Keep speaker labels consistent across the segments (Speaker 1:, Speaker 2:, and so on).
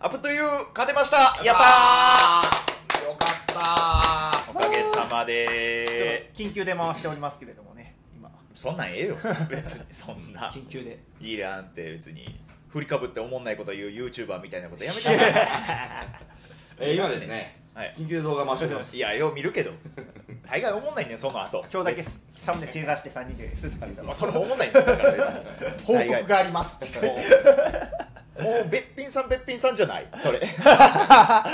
Speaker 1: アプトゥユー勝てましたやった
Speaker 2: ーよかった
Speaker 1: ーおかげさまで
Speaker 3: 緊急で回しておりますけれどもね今
Speaker 1: そんなんええよ別にそんな
Speaker 3: 緊急で
Speaker 1: いいやんって別に振りかぶって思んないこと言う YouTuber みたいなことやめて
Speaker 2: えー今ですね、
Speaker 1: はい
Speaker 2: 緊急動画回しており ます
Speaker 1: いやよう見るけど大概思んないねその後
Speaker 3: 今日だけサムネ正座して3人で筋書いた
Speaker 1: まあ、
Speaker 3: の
Speaker 1: それも思んないんだから別に
Speaker 3: 報
Speaker 1: 大
Speaker 3: 告
Speaker 1: 概
Speaker 3: があります
Speaker 2: もう
Speaker 1: もうべっぴんさんべっぴんさんじゃないそれ
Speaker 2: 確かに確か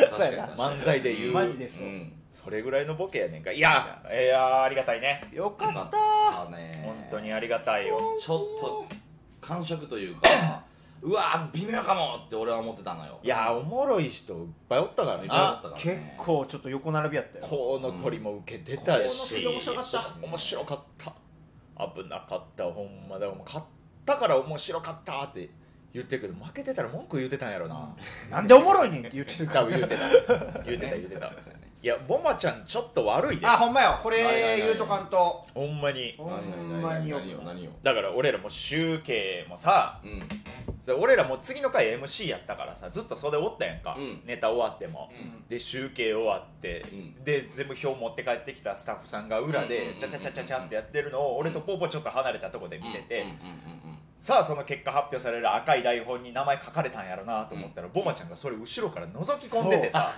Speaker 1: 漫才で言う
Speaker 3: マジです
Speaker 2: にうん
Speaker 1: それぐらいのボケやねんかいやいやありがたいね
Speaker 3: よか
Speaker 2: よ
Speaker 3: っ
Speaker 2: かったね
Speaker 1: 本当にありがたいよ
Speaker 2: ちょっと感触というか うわー微妙かもって俺は思ってたのよ
Speaker 1: いやおもろい人いっぱいおったから
Speaker 2: いっぱいおった
Speaker 1: な
Speaker 2: か
Speaker 3: た
Speaker 2: らね
Speaker 3: 結構ちょっと横並びやったよ
Speaker 1: この鳥も受けてた
Speaker 3: この
Speaker 1: し、
Speaker 3: 鳥面白かった
Speaker 1: 面白かった危なかったほんまだもう勝ったから面白かったって言ってるけど負けてたら文句言うてたんやろな、
Speaker 3: なんでおもろいねんって言ってるか
Speaker 1: 多分言うてた言うてた言うてた
Speaker 2: そうやね
Speaker 1: いやボマちゃんちょっと悪いで
Speaker 3: らあほんまよこ
Speaker 2: ないないな
Speaker 3: れ
Speaker 2: いない
Speaker 3: 言うとかんと
Speaker 1: ほんまに
Speaker 3: ほん
Speaker 2: 何
Speaker 3: ま
Speaker 2: 何
Speaker 3: によ
Speaker 2: 何よ何よ
Speaker 1: だから俺らも集計もさ
Speaker 2: うん
Speaker 1: 俺らも次の回 MC やったからさずっと袖おったやんか、
Speaker 2: うん
Speaker 1: ネタ終わっても、
Speaker 2: う
Speaker 1: で集計終わって、
Speaker 2: うん
Speaker 1: で全部表持って帰ってきたスタッフさんが裏
Speaker 2: うんうん
Speaker 1: で
Speaker 2: うん
Speaker 1: チャチャチャチャチャってやってるのを俺とポーポちょっと離れたとこで見てて、
Speaker 2: うんうんうんうん
Speaker 1: さあその結果発表される赤い台本に名前書かれたんやろなと思ったら、ボマちゃんがそれ後ろから覗き込んでてさ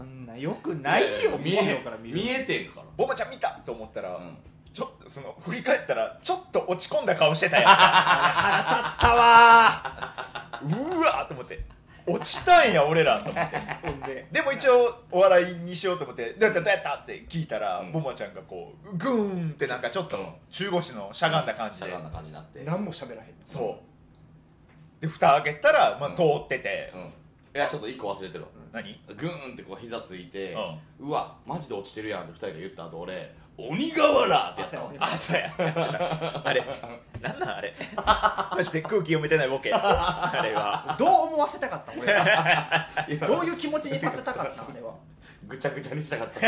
Speaker 3: あんなよくないよ
Speaker 2: 見
Speaker 3: 後ろ
Speaker 2: え
Speaker 3: から見る
Speaker 2: 見えてるから
Speaker 1: ボマちゃん見たと思ったら、
Speaker 2: うん
Speaker 1: ちょっとその振り返ったらちょっと落ち込んだ顔してたやん か
Speaker 3: 腹立ったわ
Speaker 1: うーわーと思って落ちたんや俺らと思って
Speaker 3: ーほんで
Speaker 1: でも一応お笑いにしようと思って「どうやったどうやった?」って聞いたら、
Speaker 2: うん
Speaker 1: ボマちゃんがこうグーンってなんかちょっと中腰のしゃがんだ感じ
Speaker 2: しゃ
Speaker 1: で、
Speaker 2: がんだ感じになって
Speaker 3: 何も喋らへん
Speaker 1: そうで蓋開けたら、まあ、
Speaker 2: うん
Speaker 1: 通ってて、
Speaker 2: うんいやちょっと一個忘れてるわ
Speaker 1: 何
Speaker 2: グーンってこう膝ついてうわマジで落ちてるやんって二人が言った後俺鬼瓦ってやったわ
Speaker 1: あそうやあれなんなんあ れマジで空気読めてないボケあれは
Speaker 3: どう思わせたかった俺 はどういう気持ちにさせたかった俺は
Speaker 2: ぐちゃぐちゃにしたかった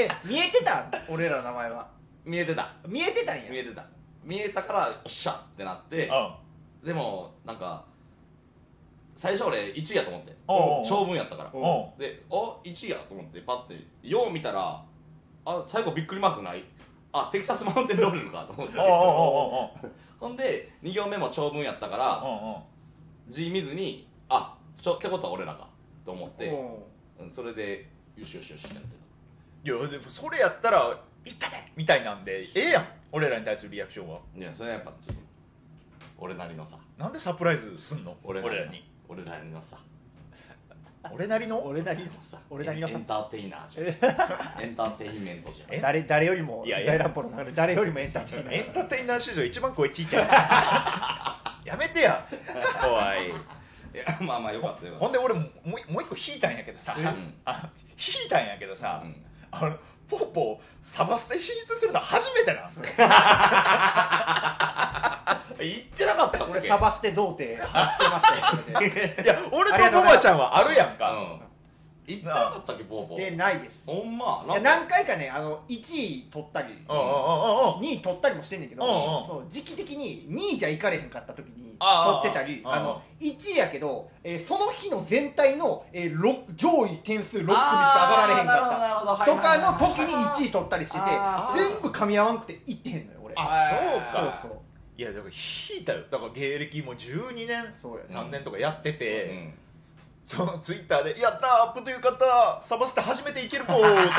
Speaker 3: え見えてた俺らの名前は
Speaker 2: 見えてた
Speaker 3: 見えてたん
Speaker 2: 見
Speaker 3: や
Speaker 2: えてた見えたからよっしゃってなって
Speaker 1: う
Speaker 2: でもなんか最初俺1位やと思って
Speaker 1: おうおう
Speaker 2: 長文やったから
Speaker 3: お
Speaker 1: んうん
Speaker 2: であ1位やと思ってパッてよう見たらあ最後びっくりマークないあテキサスマウンテンドリルかと思って
Speaker 1: おうおうおうおう
Speaker 2: ほんで2行目も長文やったか
Speaker 1: お
Speaker 2: ら
Speaker 1: うおう
Speaker 2: 字見ずにあちょってことは俺らかと思って
Speaker 3: おう
Speaker 2: うんそれでよしよしよしってなって
Speaker 1: いやでもそれやったら「いったね!」みたいなんでええやん俺らに対するリアクションは
Speaker 2: たいやそれはやっぱちょっと俺なりのさ
Speaker 1: なんでサプライズすんの
Speaker 2: 俺
Speaker 1: 俺
Speaker 2: なり
Speaker 1: ら
Speaker 2: の
Speaker 1: に
Speaker 2: 俺なりのさ
Speaker 1: 俺なりの
Speaker 3: 俺なりの
Speaker 2: さ
Speaker 3: 俺なりのさ
Speaker 2: エンターテイナーじゃんエンターテインメントじゃん
Speaker 1: え
Speaker 3: 誰誰よりも
Speaker 1: いやいや
Speaker 3: 大乱暴の中で誰よりもエンターテイナ
Speaker 1: エン
Speaker 3: ー
Speaker 1: ターテイナー史上一番声ちいけど やめてや怖い
Speaker 2: いやまあまあよかったよか
Speaker 1: ほ
Speaker 2: っ
Speaker 1: んで俺ももうもう一個引いたんやけどさ、
Speaker 2: ん
Speaker 1: あ引いたんやけど
Speaker 2: た
Speaker 1: さ、
Speaker 2: うん
Speaker 1: あのポーポーサバステ進出するの初めて な言ってなかったっ
Speaker 3: 俺
Speaker 1: け
Speaker 3: サバステ童貞走ってましたよそれで
Speaker 1: いや俺とボマちゃんはあるやんか
Speaker 2: うん言ってなかったっけボー
Speaker 3: し
Speaker 2: ボ
Speaker 3: て
Speaker 2: ー
Speaker 3: ないです
Speaker 2: ほんま
Speaker 3: いや
Speaker 2: んか
Speaker 3: 何回かねあの1位取ったり
Speaker 1: うんうんうんうん
Speaker 3: 2位取ったりもしてんねんけど
Speaker 1: うんうん
Speaker 3: そう時期的に2位じゃ行かれへんかった時に
Speaker 1: ああ
Speaker 3: 取ってたり
Speaker 1: ああ
Speaker 3: あの1位やけど、えーその日の全体の、えーろ上位点数6組しか上がられへん
Speaker 2: あーなる
Speaker 3: か
Speaker 2: ほどなる
Speaker 3: っ
Speaker 2: ほ
Speaker 3: た
Speaker 2: ど
Speaker 3: と
Speaker 2: はいはいはい
Speaker 3: かの時に1位取ったりしてて
Speaker 2: あー
Speaker 3: 全部噛み合わんって言ってへんのよ俺
Speaker 1: あそうか
Speaker 3: そうそう
Speaker 1: いやだから引いたよだから芸歴も12年
Speaker 3: そうやね
Speaker 1: 3年とかやってて、
Speaker 2: うん
Speaker 1: そのツイッターで「やったーアップという方サバステ初めていける子」とか言ってて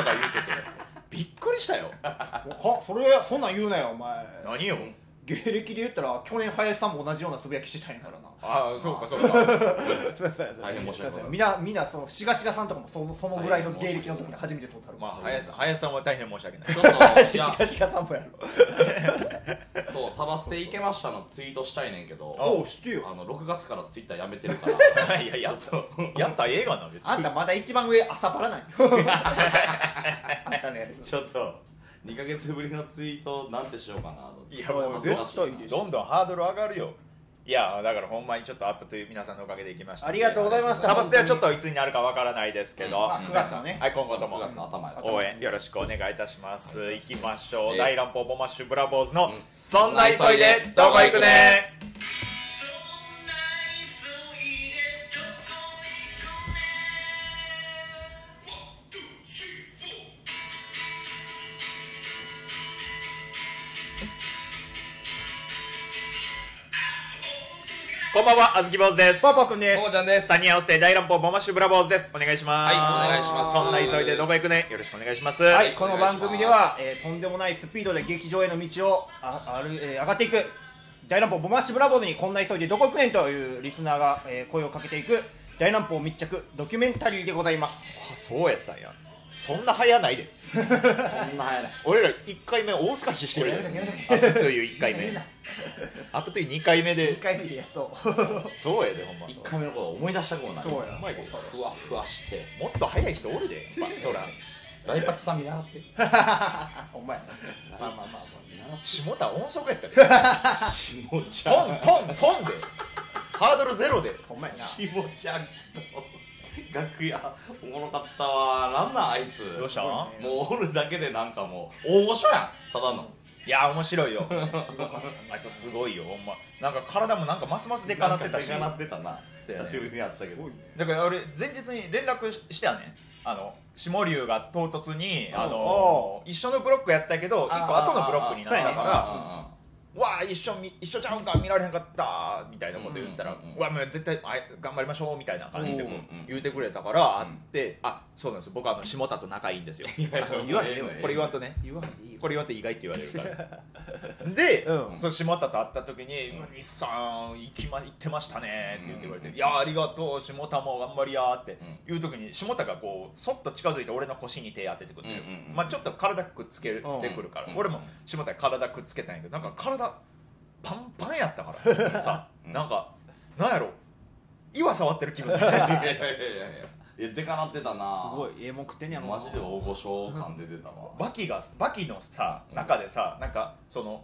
Speaker 1: びっくりした よ
Speaker 3: はそれそんなん言うなよお前
Speaker 1: 何よ
Speaker 3: 芸歴で言ったら去年林さんも同じようなつぶやきしてたんやからな
Speaker 1: ああそうかそうか
Speaker 2: 大変申し訳ございません
Speaker 3: みんなみんなそのしがしがさんとかもそのそのぐらいの芸歴の時に初めて撮ったの
Speaker 1: まあ林さん林さんは大変申し訳ない
Speaker 2: ちょっとい
Speaker 3: し
Speaker 2: や
Speaker 3: がしがさんもやろ
Speaker 2: そうサバステいけましたのツイートしたいねんけど
Speaker 3: おう知ってよ
Speaker 2: あの6月からツイッターやめてるから
Speaker 1: い ややっとやったらええがな別に
Speaker 3: あんたまだ一番上朝ば らないあんたのやつ
Speaker 1: ちょっと
Speaker 2: 2ヶ月ぶりのツイートなんてしようかなと
Speaker 1: いやもう
Speaker 2: 恥ず
Speaker 1: 絶
Speaker 2: か
Speaker 1: 対
Speaker 2: し
Speaker 3: いいでしょ
Speaker 1: どんどんハードル上がるよいやだからほんまにちょっとアップという皆さんのおかげでいきました
Speaker 3: ありがとうございました
Speaker 1: サバステはちょっといつになるかわからないですけど、
Speaker 2: うん
Speaker 3: あ9月のね
Speaker 1: はい今後とも
Speaker 2: 9月の頭や
Speaker 1: 応援よろしくお願いいたします、行きましょう、
Speaker 2: ええ
Speaker 1: 大乱暴ボマッシュブラボーズの、
Speaker 2: ん
Speaker 1: そんな急いでどこ行くね
Speaker 4: そんな急いでどこ
Speaker 1: こんばんは、あずき坊主です。
Speaker 3: パパ君で
Speaker 2: と
Speaker 3: す
Speaker 2: もちゃんです
Speaker 1: サニーハウスで大乱暴ママッシュブラボーズです。お願いします。
Speaker 2: はいお願いします
Speaker 1: そんな急いでどこ行くね。よろしくお願いします。
Speaker 3: はい、この番組では、えーとんでもないスピードで劇場への道をあ歩いえー上がっていく大乱暴ボマッシュブラボーズにこんな急いでどこ行くねんというリスナーが、えー声をかけていく大乱暴密着ドキュメンタリーでございます
Speaker 1: あそうやったんや。そんな早ないで。
Speaker 2: そんな早い
Speaker 1: 俺ら1回目大透かししてるやん。アップという1回目。アップという2回目で
Speaker 3: 1。回目でやっと
Speaker 1: そうやで、ほんま。
Speaker 2: 1回目のこと思い出したくもない
Speaker 3: そうや
Speaker 1: うまいこと
Speaker 2: ふわふわして
Speaker 1: もっと早い人おるで。まあ、そら。
Speaker 2: 大八さん見習って
Speaker 3: お
Speaker 2: ま
Speaker 3: 前
Speaker 2: あまあまあまあ見習っ
Speaker 1: 下田音速やったで。
Speaker 2: て下ち
Speaker 1: ト
Speaker 2: ゃん
Speaker 1: ントントンで。ハードルゼロで。
Speaker 3: お前な
Speaker 2: 下ちゃんと楽屋おもろかったわなんなんあいつ
Speaker 1: どうした
Speaker 3: すごいね
Speaker 2: もうおるだけでなんかもう大御所やんただの
Speaker 1: いや、面白いよ。 あいつすごいよ、ほんま。なんか体もなんかますますでかなってたし。
Speaker 2: なってたな
Speaker 1: そうやね
Speaker 2: 久しぶりに会ったけど
Speaker 1: だから俺前日に連絡ししてやねんあの下流が唐突に
Speaker 2: うん
Speaker 1: あの一緒のブロックやったけど一個後のブロックになった
Speaker 2: あー
Speaker 1: か
Speaker 2: あ
Speaker 1: らわあ一緒み一緒ちゃうんか見られへんかったみたいなこと言ったら
Speaker 2: うんうんうんうん
Speaker 1: うわもう絶対あ頑張りましょうみたいな感じで
Speaker 2: うんうんうん
Speaker 1: 言うてくれたからあってあそうなんです僕あの下田と仲いいんですよ
Speaker 2: やいや
Speaker 1: あの言わん
Speaker 2: ええわええわ
Speaker 1: これ言わんとね
Speaker 3: 言わんでいいよ
Speaker 1: これ言わんと意外って言われるから で、
Speaker 3: うん
Speaker 1: そう下田と会った時に
Speaker 2: う
Speaker 1: 「
Speaker 2: ん
Speaker 1: 日産行きま行ってましたね」って言って言われて「
Speaker 2: うん
Speaker 1: いやありがとう下田も頑張りや」って
Speaker 2: うん
Speaker 1: 言う時に下田がこうそっと近づいて俺の腰に手当ててくる、
Speaker 2: うんうんうん
Speaker 1: まあ、ちょっと体くっつけて
Speaker 3: うん
Speaker 1: くるから、
Speaker 2: うん
Speaker 1: 俺も下田に体くっつけたんやけどなんか体パンパンやった からさ
Speaker 2: うん
Speaker 1: なんかなんやろ岩触ってる気分
Speaker 2: ーあーいやいやいやいやいやでかなってたな
Speaker 3: すごいええもん食ってんねやろ
Speaker 2: マジで大御所感出てたわ
Speaker 1: バキがバキのさ
Speaker 2: うん
Speaker 1: 中でさ、なんかその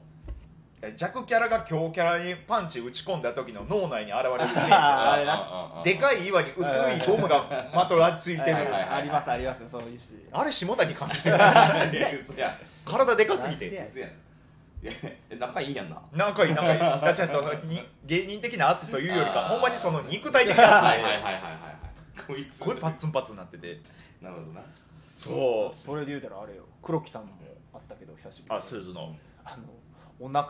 Speaker 1: え弱キャラが強キャラにパンチ打ち込んだ時の脳内に現れるシーンで
Speaker 3: あ
Speaker 1: さ
Speaker 3: れな
Speaker 1: でかい岩に薄いゴムがまとらついてる
Speaker 2: はいはいはい
Speaker 3: ありますありますそういうし
Speaker 1: あれ下田に感 じてる
Speaker 2: いや嘘や
Speaker 1: 体でかすぎて
Speaker 2: 嘘やいやえ仲いいんやんな
Speaker 1: 仲いい仲いいだってそのに芸人的な圧というよりか
Speaker 2: あー
Speaker 1: ほんまにその肉体的な圧
Speaker 2: はいはいはいはいはいはいこい
Speaker 1: すごいパッツンパツンになってて
Speaker 2: なるほどな
Speaker 1: そう
Speaker 3: それで言うたらあれよ黒木さんもあったけど久しぶりに
Speaker 1: あスーズの
Speaker 3: あのお腹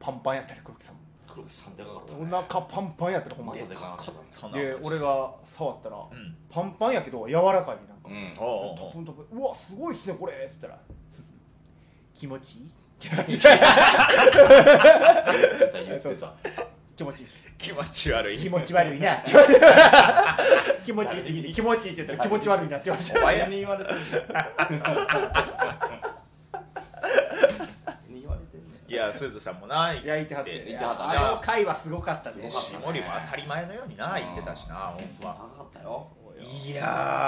Speaker 3: パンパンやったね黒木さんも
Speaker 2: 黒木さんでかかった
Speaker 3: お腹パンパンやったねほんま
Speaker 2: ま
Speaker 3: に
Speaker 2: たでかなった
Speaker 1: 刀
Speaker 3: で俺が触ったら、
Speaker 1: ん
Speaker 3: パンパンやけど柔らかいなんか、
Speaker 2: うん
Speaker 1: おうおう
Speaker 3: ト
Speaker 1: おう
Speaker 3: プントプンうわすごいっすねこれっつったら「気持ちいい?」
Speaker 2: 絶対言ってた
Speaker 3: 気持ちいいっす
Speaker 1: 気持ち悪い
Speaker 3: 気持ち悪い な気持ちいい気持ちいいって言ったら気持ち悪いなって言われ
Speaker 2: お
Speaker 3: て
Speaker 2: 前に言われてる言われてるね
Speaker 1: いやスーズさんもな
Speaker 3: 焼いてはって
Speaker 2: いやいや
Speaker 3: あの回はすごかった
Speaker 2: すご
Speaker 3: ね
Speaker 2: かっ
Speaker 1: 下りも当たり前のようにな言ってたしなほん
Speaker 2: す
Speaker 1: ま
Speaker 2: ま高かったよ
Speaker 1: い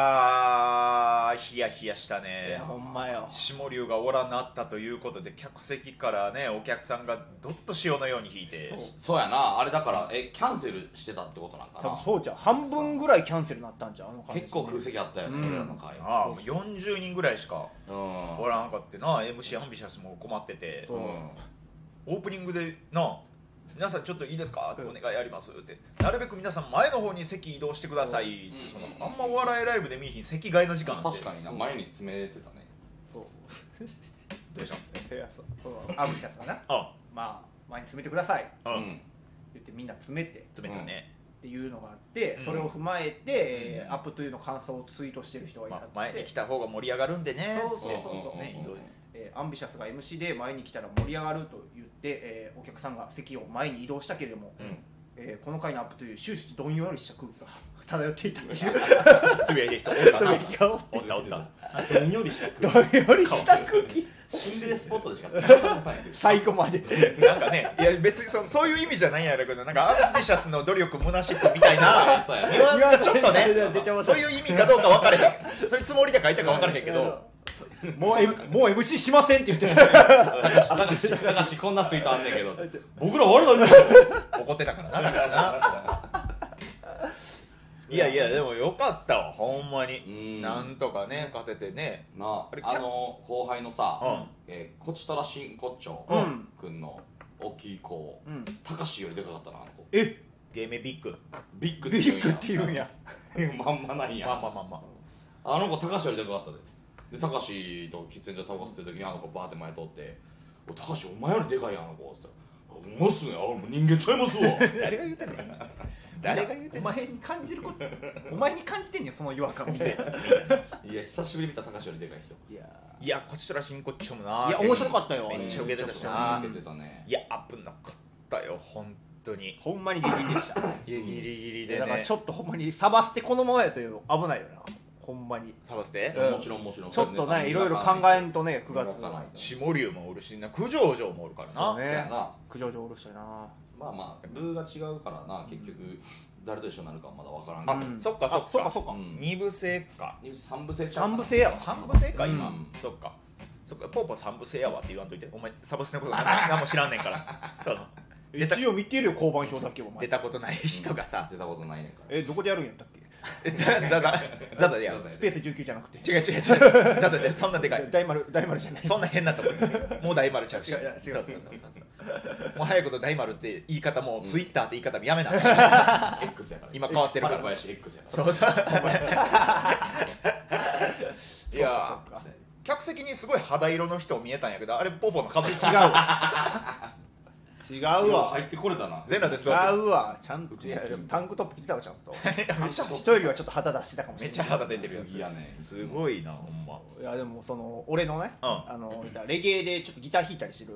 Speaker 1: やーヒヤヒヤした
Speaker 3: いや
Speaker 1: ね
Speaker 3: ほんまよ
Speaker 1: 下流がおらなったということで客席からねお客さんがどっと塩のように引いて
Speaker 2: そうやなあれだからえキャンセルしてたってことなんか
Speaker 3: 多分
Speaker 2: な
Speaker 3: そうじゃん半分ぐらいキャンセルになったんじゃんあの感じ
Speaker 2: 結構空席あったよ
Speaker 3: うん
Speaker 2: 俺らの会
Speaker 1: ああもう40人ぐらいしか
Speaker 2: うん
Speaker 1: おらんかってな MC アンビシャスも困ってて
Speaker 3: そう
Speaker 1: オープニングでな皆さんちょっといいですかってお願いありますってなるべく皆さん前の方に席移動してくださいってそのあんまお笑いライブで見えひん席外の時間って
Speaker 2: 確かにな前に詰めてたね
Speaker 3: そう
Speaker 1: どうした
Speaker 3: いやそうそうアムシャスかな
Speaker 1: あ
Speaker 3: まあ前に詰めてくださいって
Speaker 1: あ、
Speaker 2: うん
Speaker 3: 言ってみんな詰めて
Speaker 1: 詰めたね、
Speaker 3: っていうのがあって
Speaker 1: うん
Speaker 3: それを踏まえて、
Speaker 1: うん
Speaker 3: アップというの感想をツイートしてる人がいた
Speaker 1: まあ
Speaker 3: って、、
Speaker 1: 前に来た方が盛り上がるんでね
Speaker 3: そう
Speaker 1: つっ
Speaker 3: そう
Speaker 1: て
Speaker 3: そうそう、
Speaker 1: ね移動
Speaker 3: えーアンビシャスが MC で前に来たら盛り上がると言って、えーお客さんが席を前に移動したけれども、
Speaker 2: うん
Speaker 3: えーこの回のアップという終始どんよりした空気が 漂っていたっていう
Speaker 1: つぶやいてる人おった
Speaker 3: つぶ
Speaker 1: な
Speaker 3: やきがおっ
Speaker 1: おったおった
Speaker 2: どんよりした空
Speaker 3: て どんよりした空気
Speaker 2: 心霊スポットでしか使わないけど
Speaker 3: 最後まで
Speaker 1: なんかねいや別にそのそういう意味じゃないんやろうけどなんかアンビシャスの努力虚しくみたいな
Speaker 2: そうや
Speaker 1: ニ
Speaker 2: ね
Speaker 1: ュアンスがちょっと
Speaker 3: いや 出
Speaker 1: ね
Speaker 3: てました
Speaker 1: そういう意味かどうか分からへんそういうつもりで書いたか分からへんけど
Speaker 3: もう M- もう MC しませんって言ってた
Speaker 2: 高橋高橋こんなツイートあんねんけど僕ら悪なんですよ
Speaker 1: 怒ってたからなだから ないやいやでもよかったわほんま
Speaker 2: う
Speaker 1: に
Speaker 2: ん
Speaker 1: なんとかね勝ててね
Speaker 2: なあ
Speaker 1: あれ
Speaker 2: あの後輩のさ、
Speaker 1: うん
Speaker 2: えー、こちとらしんこっちょ
Speaker 3: うん
Speaker 2: くんの大きい子
Speaker 3: うん
Speaker 2: たかしよりでかかったなあの子
Speaker 3: え
Speaker 1: ゲームビッグ
Speaker 2: ビッグ
Speaker 3: ビッグって言うんや
Speaker 2: まんまなんや、
Speaker 1: まあまあまあまあ
Speaker 2: あの子たかしよりでかかったででたかしと喫煙所タバコ吸ってる時にあの子バーって前通って「おたかしお前よりでかいやんあの子」っつったらほんまっすねあもう人間ちゃい ますわ
Speaker 1: 誰が言うてんの誰が言うてん
Speaker 3: お
Speaker 1: の
Speaker 3: 前に感じることお前に感じてんねんその違和感みたいない
Speaker 2: や久しぶりに見た高橋よりでかい人
Speaker 3: いや
Speaker 1: いやこっちら真骨頂もない
Speaker 3: や面白かったよ
Speaker 1: めっちゃ受けてたしな
Speaker 2: 受けてたね
Speaker 1: いや危なかったよ本当に
Speaker 3: ほんまにギリギリでした
Speaker 1: いやギリギリ
Speaker 3: いや
Speaker 1: で
Speaker 3: だから
Speaker 1: ね
Speaker 3: ちょっとほんまにサバスってこのままやと危ないよなほんまに
Speaker 1: サバスで
Speaker 3: うん
Speaker 2: もちろんもちろん
Speaker 3: ちょっとねいろいろ考えんとね9月
Speaker 2: 動かないと
Speaker 1: 下竜もおるしな九条城もおるから
Speaker 3: そう
Speaker 1: な
Speaker 2: そうや
Speaker 3: ね
Speaker 2: な
Speaker 3: 九条城おろしたいな
Speaker 2: まあまあ部が違うからな結局誰と一緒になるかはまだ分からん
Speaker 1: あ
Speaker 2: け
Speaker 3: うん
Speaker 1: そっかそっか
Speaker 3: あそっかそっか
Speaker 2: うん
Speaker 1: 二部制か
Speaker 2: ど三部制ちゃう
Speaker 3: 三部制やわ
Speaker 1: 三部制か今、
Speaker 2: うん
Speaker 1: そっかそっかポーポー三部制やわって言わんといてお前サバスのこと何何も知らんねんから その出た
Speaker 3: 一応見てるよ交番表だけお
Speaker 1: 出
Speaker 3: 前
Speaker 1: たことない人がさ
Speaker 2: 出たことないねんから
Speaker 3: えどこでやるんやったっけ
Speaker 1: ザザザ ザザでやる
Speaker 3: スペース19じゃなくて
Speaker 1: 違う違う違うザザでそんなでかい
Speaker 3: 大丸大丸じゃない
Speaker 1: そんな変なとこもう大丸ちゃうし
Speaker 3: 違う違う違う
Speaker 1: そうそうそうそうもう早いこと大丸って言い方もツイッターって言い方もやめな
Speaker 2: X やから
Speaker 1: 今変わってるか
Speaker 2: 原
Speaker 1: ら
Speaker 2: 林 X やから
Speaker 1: そうそういや
Speaker 3: そっか
Speaker 1: 客席にすごい肌色の人見えたんやけどあれポーポーの顔違う
Speaker 3: 違う
Speaker 2: あ
Speaker 3: わ
Speaker 2: 入ってこれたな
Speaker 1: 全裸で座って
Speaker 3: 違
Speaker 1: る
Speaker 3: うわちゃんといやでもタンクトップ着てたわちゃんと
Speaker 1: め
Speaker 3: 人よりはちょっと肌出してたかもし
Speaker 1: っ
Speaker 3: れ
Speaker 1: ちゃ
Speaker 3: ない
Speaker 1: 肌出てるや
Speaker 2: 次やね
Speaker 1: つすごいなほんま
Speaker 3: いやでもその俺のね、
Speaker 1: うん
Speaker 3: あのレゲエでちょっとギター弾いたりしてる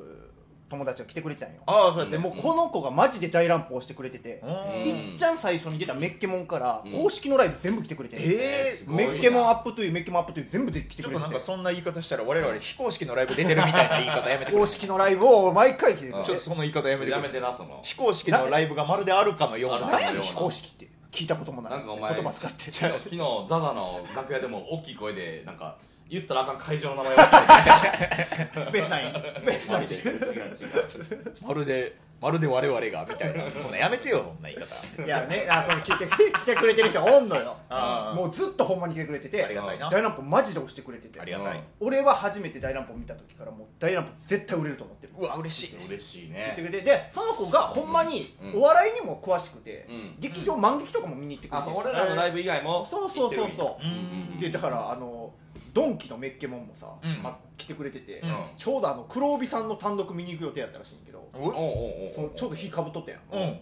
Speaker 3: 友達が来てくれてたんよ
Speaker 1: ああそうやって
Speaker 3: で
Speaker 1: も
Speaker 3: もうこの子がマジで大乱暴してくれてて、
Speaker 1: うん
Speaker 3: いっちゃん最初に出たメッケモンから
Speaker 2: うん
Speaker 3: 公式のライブ全部来てくれて、
Speaker 1: えー
Speaker 2: すご
Speaker 3: メ
Speaker 2: いな
Speaker 3: ッケモンアップというメッケモンアップという全部で来て
Speaker 1: ちょっ
Speaker 3: くれ
Speaker 1: と
Speaker 3: て
Speaker 1: なんか
Speaker 3: て
Speaker 1: そんな言い方したら我々非公式のライブ出てるみたいな言い方やめてく
Speaker 3: 公
Speaker 1: れ
Speaker 3: 式のライブを毎回来てくれ
Speaker 1: ちょっと
Speaker 3: て
Speaker 1: その言い方やめて
Speaker 2: や
Speaker 1: く
Speaker 2: め
Speaker 1: れ
Speaker 2: てなその
Speaker 1: 非公式のライブがまるであるかのよう
Speaker 2: あるか
Speaker 1: な
Speaker 2: のよう
Speaker 3: 何
Speaker 2: な
Speaker 3: や非公式って聞いたこともない
Speaker 2: なんかお前
Speaker 3: 言葉使っ
Speaker 2: 昨
Speaker 3: て
Speaker 2: 日昨日ザザの楽屋でも大きい声でなんか言ったらあかん会場の名前を言って
Speaker 3: スペースナインスペースナイン
Speaker 2: 違う違う違う
Speaker 1: まるでまるで我々がみたいなそんなやめてよそんな言い方
Speaker 3: いやねあその来て来てくれてる人おんのよ
Speaker 1: ああ
Speaker 3: もうずっとほんまに来てくれてて
Speaker 1: ありがたいな
Speaker 3: 大乱歩マジで押してくれてて
Speaker 1: ありがたい
Speaker 3: 俺は初めて大乱歩見た時からもう大乱歩絶対売れると思ってる
Speaker 1: うわ嬉しい
Speaker 2: 嬉しい
Speaker 3: 言って
Speaker 2: ね
Speaker 3: くれてでその子がほんまに
Speaker 2: うん
Speaker 3: お笑いにも詳しくて、
Speaker 2: うん
Speaker 3: 劇場満劇とかも見に行ってくれ
Speaker 2: あ
Speaker 3: て
Speaker 2: そう俺らのライブ以外も
Speaker 3: そうそうそう
Speaker 2: 行っ
Speaker 3: そ
Speaker 1: うん
Speaker 2: うん
Speaker 3: うでだからあのドンキのメッケモンもさ、
Speaker 1: うん
Speaker 3: ま来てくれてて、
Speaker 1: うん
Speaker 3: ちょうどあの黒帯さんの単独見に行く予定やったらしいんやけど、
Speaker 2: てるおうおうおう
Speaker 3: そのちょうど火かぶっとったやん、
Speaker 1: うん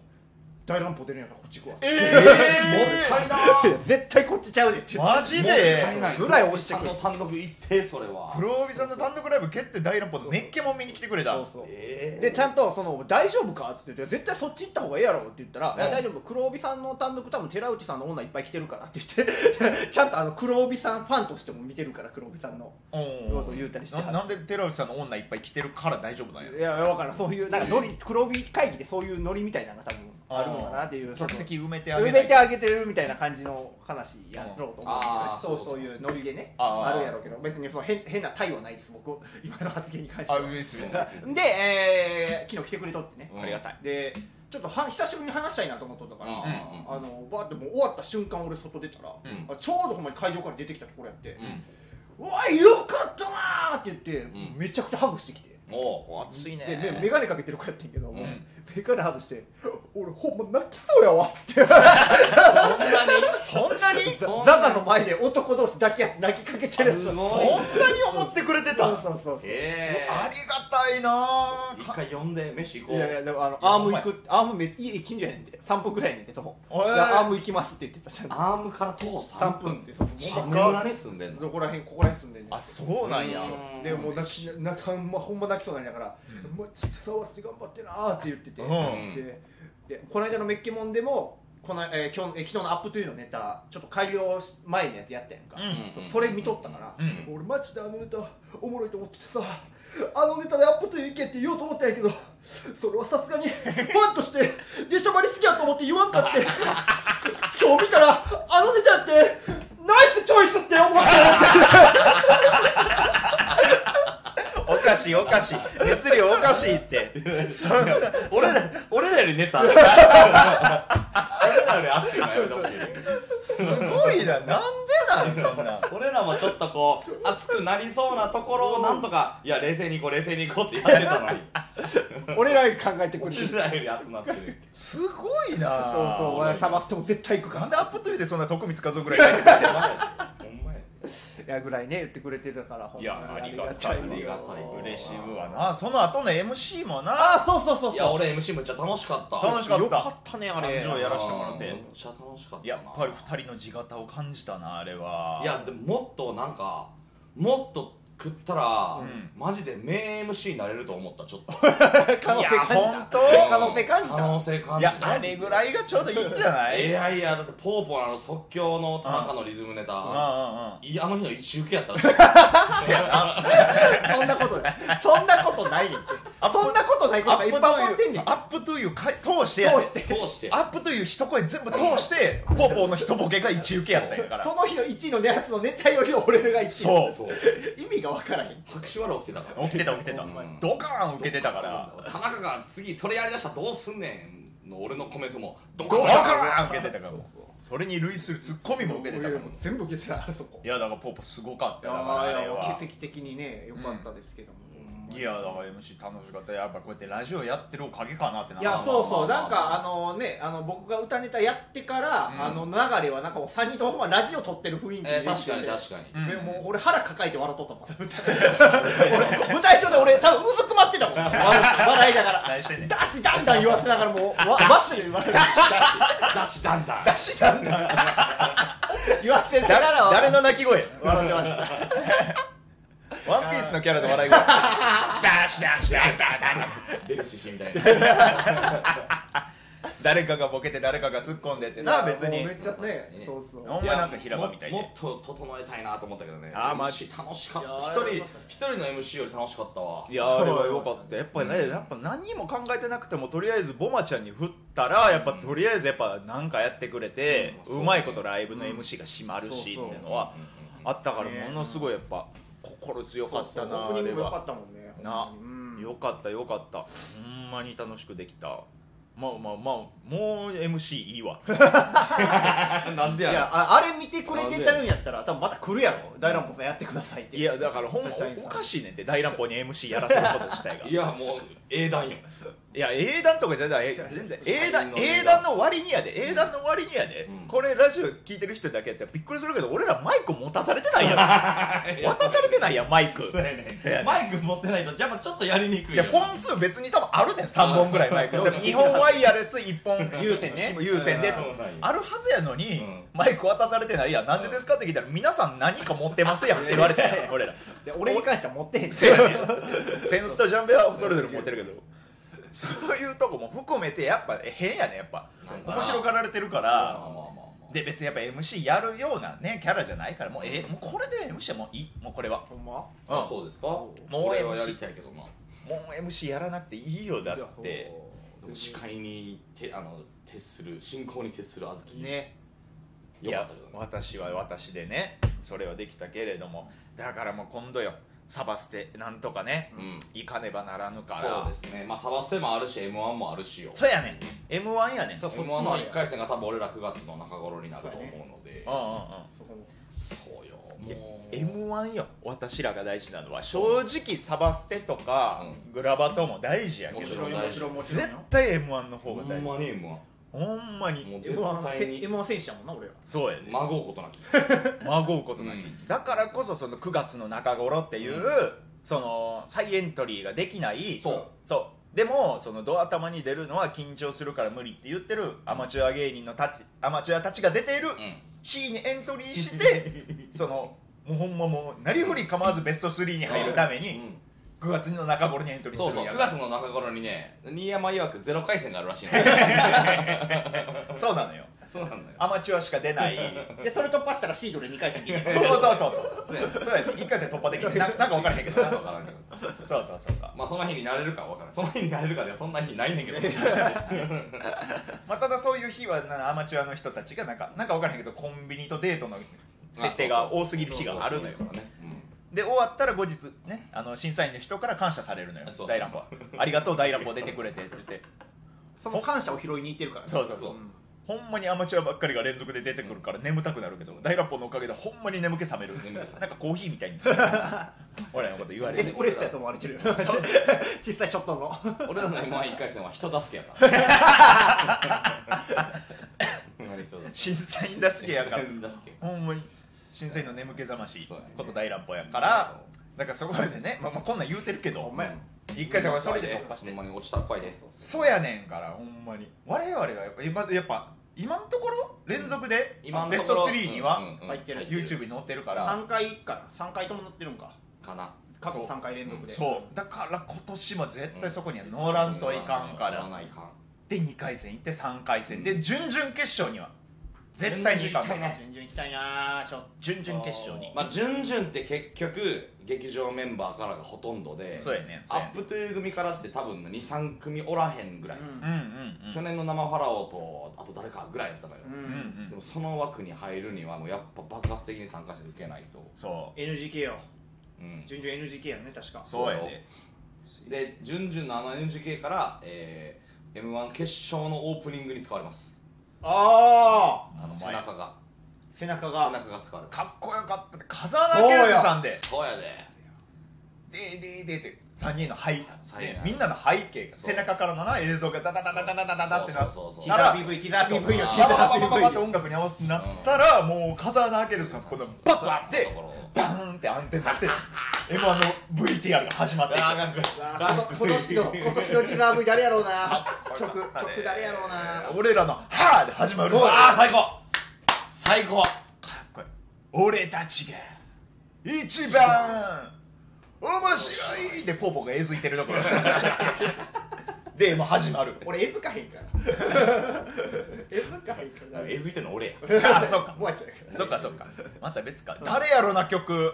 Speaker 3: 大乱歩出るんやからこっち行くわ、
Speaker 1: え
Speaker 2: もったいな
Speaker 3: 絶対こっちちゃうでって言って
Speaker 1: マジで
Speaker 3: ぐらい押してくる
Speaker 2: る単独行ってそれは
Speaker 1: 黒帯さんの単独ライブ蹴って大乱歩の熱気も見に来てくれた
Speaker 3: そうそう
Speaker 2: え
Speaker 3: でちゃんとその「大丈夫か?」って言って「絶対そっち行った方がええやろ」って言ったら「
Speaker 1: ん
Speaker 3: いや大丈夫黒帯さんの単独多分寺内さんの女いっぱい来てるから」って言って ちゃんとあの黒帯さんファンとしても見てるから黒帯さんの
Speaker 1: うん
Speaker 3: ことを言うたりしては
Speaker 1: な
Speaker 3: る
Speaker 1: なんで寺内さんの女いっぱい来てるから大丈夫なんや
Speaker 3: いや分からんそういうなんかノリ黒帯会議でそういうノリみたいなのが多分あるのかなっていう
Speaker 1: 客席埋めてあげ
Speaker 3: 埋
Speaker 1: ない
Speaker 3: めてあげてるみたいな感じの話やろうと思うけどね
Speaker 2: あー
Speaker 3: そう
Speaker 2: そう
Speaker 3: そういうノリでね
Speaker 1: あ
Speaker 3: あ
Speaker 1: ー
Speaker 3: るやろうけど別にその変変な対はないです僕 今の発言に関して
Speaker 1: あ
Speaker 3: は
Speaker 1: 別に別
Speaker 3: で、えー昨日来てくれとってね、
Speaker 1: にありがたい
Speaker 3: でちょっとは久しぶりに話したいなと思っとったから、
Speaker 2: うんうん
Speaker 3: あのバーってもう終わった瞬間俺外出たら、
Speaker 1: うん
Speaker 3: あちょうどほんまに会場から出てきたところやって
Speaker 2: う、ん
Speaker 3: うわよかったなーって言って、
Speaker 2: うん
Speaker 3: めちゃくちゃハグしてきて。
Speaker 2: おう
Speaker 1: お熱いね
Speaker 3: でで眼鏡かけてる子やってんけど、もうん眼鏡外して「俺ほんま泣きそうやわ」って
Speaker 1: そんなに
Speaker 3: ザ
Speaker 1: そんなに
Speaker 3: ザの前で男同士だけ泣きかけてる
Speaker 2: す
Speaker 1: そ
Speaker 2: ご
Speaker 1: ん
Speaker 2: い
Speaker 1: なに思ってくれてた
Speaker 3: そう
Speaker 1: あ
Speaker 3: そうそうそう
Speaker 2: ええ
Speaker 1: りがたいな
Speaker 2: 一回呼んで飯行こ
Speaker 3: いうやいやでもあのアーム行くアームめ家近所やねんて3分ぐらいやねんて徒歩
Speaker 1: えー
Speaker 3: じゃあアーム行きますって言ってたじゃん
Speaker 2: アームから徒歩
Speaker 3: 3
Speaker 2: 3
Speaker 3: 分ってそうほんま
Speaker 2: 分村に住んでんの
Speaker 3: どこら辺ここら辺住んでんねん
Speaker 1: あそうなんや
Speaker 2: うん
Speaker 3: でもう泣き泣きほんまほんま泣きそうなんやから「もうちょっと触って頑張ってな」って言ってて、
Speaker 1: うん
Speaker 3: ででこの間のメッケモンでもこの、えー今日えー昨日の「アップトゥーのネタちょっと改良前のやつやったやんか、
Speaker 1: うん
Speaker 3: そそれ見とったから、
Speaker 1: うん
Speaker 3: 俺マジであのネタおもろいと思っててさあのネタでアップトゥーいけって言おうと思ったんやけどそれはさすがにファンとして出しゃばりすぎやと思って言わんかって 今日見たらあのネタってナイスチョイスって思った
Speaker 1: おかしいおかしい熱量おかしいって そんな
Speaker 2: 俺ら俺らより熱ある俺らより熱いのはやめてほしい
Speaker 1: すごいななんでなんそんな
Speaker 2: 俺らもちょっとこう熱くなりそうなところをなんとかいや冷静に行こう冷静に行こうってやってたのに
Speaker 3: 俺らより考えてくれてる
Speaker 2: 俺らより熱なってる
Speaker 1: すごい
Speaker 3: そうそう、
Speaker 1: な
Speaker 3: 俺サバスでも絶対行くか
Speaker 1: なん
Speaker 3: ら。
Speaker 1: でアップトゥーでそんな徳光和夫ぐらい
Speaker 2: ほんまや
Speaker 3: いやぐらいね言ってくれてたからほん
Speaker 1: い
Speaker 3: ま
Speaker 1: や
Speaker 3: に
Speaker 1: ありがたい
Speaker 3: あ
Speaker 2: あ
Speaker 3: り
Speaker 2: り
Speaker 3: が
Speaker 2: が
Speaker 3: た
Speaker 2: た
Speaker 3: い
Speaker 2: い
Speaker 3: わ
Speaker 1: 嬉しいわなその後の MC もな
Speaker 3: あそうそうそうそ う
Speaker 2: いや俺 MC めっちゃ楽しかった
Speaker 1: 楽しかった
Speaker 3: よかったねあれ
Speaker 1: 感情やらせてもらって
Speaker 2: めっちゃ楽しかったな
Speaker 1: やっぱり2人の地形を感じたなあれはい
Speaker 2: やでももっとなんかもっと食ったら、
Speaker 1: うん
Speaker 2: マジで名 MC になれると思ったち ょっと
Speaker 3: 可能性感じた
Speaker 1: いや本当
Speaker 3: 可能性感じた
Speaker 2: 可能性感
Speaker 1: い
Speaker 2: じ
Speaker 1: や
Speaker 2: た
Speaker 1: あれぐらいがちょうどいいんじゃないい
Speaker 2: やいやだってポーポーのあの即興の田中のリズムネ
Speaker 1: うん
Speaker 2: タ、
Speaker 1: うんうん
Speaker 2: いやあの日の一受けやったら
Speaker 3: そんなことないそんなことないねんってそんなことないこと
Speaker 1: ア
Speaker 3: が
Speaker 1: ッ
Speaker 3: いっ
Speaker 1: プ
Speaker 3: ぱい
Speaker 1: ト
Speaker 3: 起こって
Speaker 1: ゥ
Speaker 3: んね
Speaker 1: ー
Speaker 3: ん
Speaker 1: アップトゥーかい通してや
Speaker 3: ど
Speaker 1: で
Speaker 3: うして
Speaker 2: 通して
Speaker 1: アップという一声全部通してポーポーの一ボケが一受けやったんやから
Speaker 3: その日の1位のやつのネタより俺が1位
Speaker 1: そう
Speaker 2: そう
Speaker 3: 意味が分からへん
Speaker 2: 拍手笑起きてたから
Speaker 1: 起きてた起きてた
Speaker 2: うん
Speaker 1: ドカーン受けてたから
Speaker 2: 田中が次それやりだしたらどうすんねんの俺のコメントもど
Speaker 1: ド
Speaker 2: こ
Speaker 1: カ
Speaker 2: や
Speaker 1: ーン受けてたからもうそれに類するツッコミも受けてたからもう
Speaker 3: 全部受けてたあそこ
Speaker 1: いやだからポーポーすごかったよだからあれは
Speaker 3: 奇跡的にね良かったですけども、
Speaker 1: いやだから MC 楽しかったやっぱこうやってラジオやってるおかげかなってない
Speaker 3: やそうそう
Speaker 2: まあま
Speaker 3: なん
Speaker 2: あ
Speaker 3: かあのねあの僕が歌ネタやってから、
Speaker 1: ん
Speaker 3: あの流れはなんか3人ともほんまラジオ撮ってる雰囲気
Speaker 2: えー確かに確
Speaker 3: か
Speaker 2: かに、
Speaker 1: に
Speaker 3: でもう俺腹抱えて笑っとったもん俺舞台上で俺多分うずくまってたもんあの 笑いながら
Speaker 1: 何してんねん
Speaker 3: ダッシュダンダン言わせながらもうわマッシュで言われる
Speaker 2: だしだ んだん
Speaker 3: 言わせながら
Speaker 1: 誰の泣き声
Speaker 3: 笑ってました
Speaker 1: ワンピースのキャラの笑い 声シャーシャーシャーシャーシャー
Speaker 2: 出るししみ たいな
Speaker 1: 誰かがボケて誰かが突っ込んでってな別
Speaker 3: もう
Speaker 1: に
Speaker 3: めっちゃね
Speaker 2: ね
Speaker 3: そうそう
Speaker 1: お前なんか平場みたい
Speaker 2: も
Speaker 1: で
Speaker 2: もっと整えたいなと思ったけどね
Speaker 1: あーマ
Speaker 2: MC 楽しかっ
Speaker 3: いや
Speaker 2: た
Speaker 3: ー
Speaker 2: 一人一人の MC より楽しかったわ
Speaker 1: いやーあれは良かったやっぱりね、やっぱ何も考えてなくてもとりあえずボマちゃんに振ったらやっぱとりあえずやっぱなんかやってくれて、
Speaker 2: う
Speaker 1: うんまいことライブの MC が締まるし、
Speaker 3: うん
Speaker 1: っていうのはあったから
Speaker 3: ね
Speaker 1: ものすごいやっぱ心強かったな
Speaker 3: オー
Speaker 1: あ
Speaker 3: プニ
Speaker 1: れ
Speaker 3: ングも良か
Speaker 1: は
Speaker 3: ったもんね
Speaker 1: な
Speaker 3: ほんまにうん
Speaker 1: よかったよかったほんまに楽しくできたまあまあまあもう MC いいわ
Speaker 2: なんで
Speaker 3: いや
Speaker 2: や
Speaker 3: ああれ見てくれてたんやったら多分また来るやろ大乱暴さんやってくださいって
Speaker 1: いやだからほ んまおおかしいねんって大乱暴に MC やらせること自体が
Speaker 2: ろいやもう英断よ
Speaker 1: いや英断とかじゃないえ全然英
Speaker 2: 才
Speaker 1: 断
Speaker 2: 能の
Speaker 1: 英断の割にやで英断の割にやで、
Speaker 2: うん
Speaker 1: これラジオ聞いてる人だけやってびっくりするけど俺らマイク持たされてないやん渡されてないやんマイク
Speaker 2: そうやねマイク持ってないとやっぱちょっとやりにくい
Speaker 1: い
Speaker 2: よ
Speaker 1: や本数別に多分あるねん3本ぐらいマイク
Speaker 2: うん
Speaker 1: 2本ワイヤレス1本
Speaker 3: 有線ね
Speaker 1: 有線で
Speaker 2: そうなんよ
Speaker 1: あるはずやのに、
Speaker 2: うん
Speaker 1: マイク渡されてないやんなんでですかって聞いたら皆さん何か持ってますやんって言われた やん俺ら
Speaker 3: で俺に関しては持ってへん
Speaker 1: せやねセンスとジャンベはそれぞれ持ってるけどそういうとこも含めてやっぱ変やねやっぱ面白がられてるか
Speaker 2: まあま
Speaker 1: ら
Speaker 2: あまあまあ
Speaker 1: で別にやっぱ MC やるようなねキャラじゃないからもうえもうこれで MC はもういいもうこれは
Speaker 3: ほんま
Speaker 1: うん
Speaker 2: あそうですかも
Speaker 1: う
Speaker 2: 俺はやりたいけどな
Speaker 1: もう MC やらなくていいよだって
Speaker 2: でも司会にてあの徹する進行に徹するあずき
Speaker 3: ね
Speaker 1: い
Speaker 2: よかっ
Speaker 1: や
Speaker 2: たけどね
Speaker 1: 私は私でねそれはできたけれどもだからもう今度よサバステなんとかね
Speaker 2: うん
Speaker 1: 行かねばならぬから
Speaker 2: そうですねまあサバステもあるし m 1もあるしよ
Speaker 1: そうやねん m 1やねん
Speaker 3: そう
Speaker 2: m
Speaker 3: こっち
Speaker 2: 1
Speaker 3: もあ
Speaker 2: の
Speaker 3: るやん
Speaker 2: 1回戦が多分俺ら9月の中頃になると思うので
Speaker 1: うんうんうん
Speaker 3: そこの
Speaker 2: そうよもう
Speaker 1: m 1よ私らが大事なのは正直サバステとかグラバトも大事やけ
Speaker 2: も
Speaker 1: ど
Speaker 2: ちろん
Speaker 3: もちろんもちろ
Speaker 1: 絶
Speaker 3: ん
Speaker 1: 対 m 1の方が
Speaker 2: ほ
Speaker 1: 大
Speaker 2: ん
Speaker 1: 事
Speaker 2: まに m
Speaker 1: ほんま
Speaker 2: 1
Speaker 1: に
Speaker 2: もう絶
Speaker 3: M1
Speaker 2: 対に
Speaker 3: 選手やもんな俺ら
Speaker 1: そうやね
Speaker 2: まごうことなき
Speaker 1: 孫うことなき、
Speaker 2: うん
Speaker 1: だからこそその9月の中頃っていう、
Speaker 2: うん
Speaker 1: その再エントリーができない
Speaker 2: そう
Speaker 1: そうでもそのドア玉に出るのは緊張するから無理って言ってるアマチュア芸人のたちアマチュアたちが出ている
Speaker 2: う
Speaker 1: 日にエントリーして そのもうほんまもうなりふり構わずベスト3に
Speaker 2: ん
Speaker 1: 入るために、
Speaker 2: うん
Speaker 1: 9月の中頃にエントリー
Speaker 2: そう
Speaker 1: するん
Speaker 2: そう
Speaker 1: や
Speaker 2: 9
Speaker 1: から
Speaker 2: 月の中頃にね新山曰くゼロ回戦があるらしいの
Speaker 1: そうなのよ
Speaker 2: そうなんだよ
Speaker 1: アマチュアしか出ない
Speaker 3: でそれ突破したらシードで2回戦に
Speaker 1: そうそうそうそうそうそれ1回戦突破できてななんか分からへんけど
Speaker 2: なんかわからんけど
Speaker 1: そうそうそうそう
Speaker 2: まあその日になれるかは分からんその日になれるかではそんな日ないねん けど
Speaker 1: まあ、ただそういう日はなアマチュアの人たちがなんかなんか分からへんけどコンビニとデートの設定が多すぎる日があるのよ
Speaker 2: そうそうそうそうね
Speaker 1: で終わったら後日ねあの審査員の人から感謝されるのよ
Speaker 2: そうそうそう
Speaker 1: 大乱暴ありがとう大乱暴出てくれてって言って
Speaker 3: その感謝を拾いに行ってるからね
Speaker 1: そうそうそう、ほんまにアマチュアばっかりが連続で出てくるから眠たくなるけど大乱暴のおかげでほんまに眠気覚める
Speaker 2: 眠気覚める
Speaker 1: なんかコーヒーみた いに俺らのこと言われ
Speaker 3: エ
Speaker 1: る
Speaker 3: スプレッソやと思われてるよ小さいショットの
Speaker 2: うん俺らの m 1 1回戦は人助けや からほんまに人助け
Speaker 1: 審査員だすけやから
Speaker 2: 人助け
Speaker 1: ほんまに新鮮の眠気覚まし
Speaker 2: そうやね
Speaker 1: こと大乱暴やからだからそこまでね、まあ、まあこんなん言うてるけど
Speaker 3: ほんまや
Speaker 1: 一回さそれで突破し
Speaker 2: ほ
Speaker 1: て
Speaker 2: んまに落ちたら怖いで
Speaker 1: そうやねんからほんまに我々はやっぱ今やっぱ今のところ連続で、
Speaker 2: 今の
Speaker 1: ベ
Speaker 2: と
Speaker 1: ス
Speaker 2: こ
Speaker 1: ト
Speaker 2: ろ
Speaker 1: 3には、
Speaker 2: うんうんうん
Speaker 3: 入ってる
Speaker 1: YouTube に載ってるから
Speaker 3: 3回かな3回とも乗ってるんか
Speaker 2: かな
Speaker 3: 過去
Speaker 1: そう
Speaker 3: 3回連続で
Speaker 1: そうだから今年も絶対そこには乗らんといかんから、
Speaker 2: 乗ないかん
Speaker 1: で2回戦行って3回戦、で準々決勝には絶対に行かん
Speaker 2: 準々行きたいね
Speaker 3: 順々行きたいなーちょっと
Speaker 1: 準々決勝に
Speaker 2: まあ準々って結局劇場メンバーからがほとんどで
Speaker 1: そうやねそ
Speaker 2: ア
Speaker 1: うやね
Speaker 2: ップトゥー組からって多分23組おらへんぐらい、
Speaker 3: うん
Speaker 1: うんうんうん
Speaker 2: 去年の生ファラオとあと誰かぐらいやったのよ、
Speaker 3: う
Speaker 1: うんうんん
Speaker 2: でもその枠に入るにはもうやっぱ爆発的に参加して受けないと、
Speaker 1: そ
Speaker 3: NGK よ
Speaker 2: うん、
Speaker 3: 順々 NGK やんね確か
Speaker 1: うそうや
Speaker 2: そう
Speaker 1: ね
Speaker 2: で準々の 7NGK から、えー、m 1決勝のオープニングに使われます
Speaker 3: ああ
Speaker 2: あの
Speaker 1: お
Speaker 2: 背
Speaker 1: 前
Speaker 2: 中が
Speaker 3: 背中
Speaker 2: 背
Speaker 3: が
Speaker 2: 中が使われる
Speaker 1: かっこよかったね風穴健二さんで
Speaker 2: そうやで
Speaker 1: 「ででで」って3人の背
Speaker 2: そう
Speaker 1: ね
Speaker 2: そう
Speaker 1: みんなの背景が
Speaker 2: そう
Speaker 1: 背中からのな映像がダダダダダダダダダってなって
Speaker 2: そうそうそうそう
Speaker 3: ティザー BV ティザー BV よ
Speaker 2: あ
Speaker 3: テ
Speaker 1: パパ
Speaker 3: ィザ
Speaker 1: パパパパ
Speaker 3: ー
Speaker 1: って
Speaker 3: BV
Speaker 1: 音楽に合わせてなったらもう風穴開けるさんこのバッとあってバーンってアンテナして m 1の VTR が始まっていく
Speaker 3: あ今年 の今年のティザー V 誰やろうな曲曲誰やろうな
Speaker 1: 俺らの「はー」で始まる
Speaker 2: ああ
Speaker 1: あ
Speaker 2: 最高最高
Speaker 1: 俺たちが一番面白いでポーポーがえずいてると ころでもう始 まる
Speaker 3: 俺絵づか へんから絵づかへんから
Speaker 2: えずいてんの俺や
Speaker 1: あそっ か
Speaker 3: もうやっちゃうから
Speaker 1: そっかそっかまた別か誰やろな曲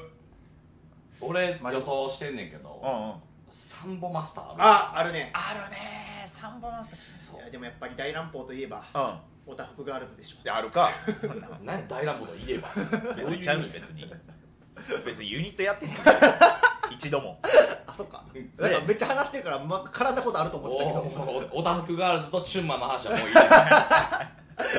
Speaker 2: 俺
Speaker 3: まあ
Speaker 2: 予想してんねんけど、
Speaker 1: うんうん
Speaker 2: サンボマスターあ
Speaker 3: ああるね
Speaker 1: あるね3本
Speaker 2: そ
Speaker 3: いやでもやっぱり大乱暴といえば
Speaker 1: うん
Speaker 3: オタフクガールズでしょ
Speaker 1: であるか
Speaker 2: う何大乱暴と言えば
Speaker 1: 別にちゃうねん別 に別にユニットやって へん一度も
Speaker 3: あそっか
Speaker 1: そ
Speaker 3: な
Speaker 1: うん
Speaker 3: かめっちゃ話してるから、ま、絡んだことあると思ってたけど
Speaker 2: おオタフクガールズとチュンマンの話はもういい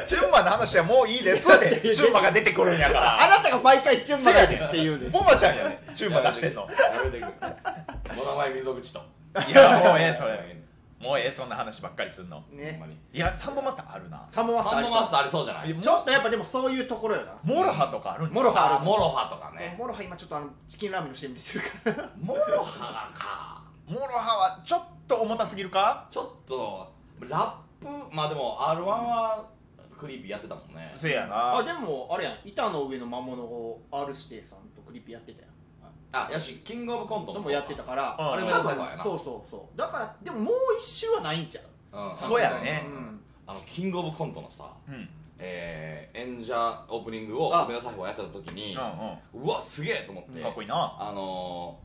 Speaker 1: チュンマの話はもういいですでチュンマが出てくるんやか
Speaker 3: あ
Speaker 1: ら
Speaker 3: なたが毎回チュンマだっていうね
Speaker 1: ボマちゃんやねチュンマ出してんの
Speaker 2: やめてくれやめてくれお名前溝口と
Speaker 1: いやもうええそれもうええそんな話ばっかりすんの
Speaker 2: ほん
Speaker 3: ね
Speaker 2: まに
Speaker 1: いやサンボマスターあるな
Speaker 3: サモアスタ
Speaker 2: サンボ
Speaker 3: ー
Speaker 2: マスターありそうじゃない
Speaker 1: いや
Speaker 3: ちょっとやっぱでもそういうところよな
Speaker 1: モロハとかあるんちゃう
Speaker 3: モロハ
Speaker 2: あモロハとかね
Speaker 3: モロハ今ちょっとあのチキンラーメンの CM 出てるから
Speaker 2: モロハがか
Speaker 1: モロハはちょっと重たすぎるか
Speaker 2: ちょっとラップまあでも r 1はクリーピーやってたもんね
Speaker 1: せや
Speaker 3: あ
Speaker 1: な
Speaker 3: でもあれやん板の上の魔物を R 指定さんとクリピやってたやん
Speaker 2: あやしキングオブコント
Speaker 3: と
Speaker 2: も
Speaker 3: もやってたから
Speaker 1: うん
Speaker 2: あれも
Speaker 3: 多
Speaker 2: そう
Speaker 3: 分
Speaker 2: やな
Speaker 3: そうそうそうだからでももう一周はないんちゃう
Speaker 2: うん
Speaker 1: そうやね
Speaker 3: うん
Speaker 2: あのキングオブコントのさ
Speaker 1: うんうん
Speaker 2: えー演者オープニングを
Speaker 3: あ
Speaker 2: 梅田サイファーやってた時に
Speaker 1: う
Speaker 2: うわすげえと思って
Speaker 1: んかっこいいな
Speaker 2: あの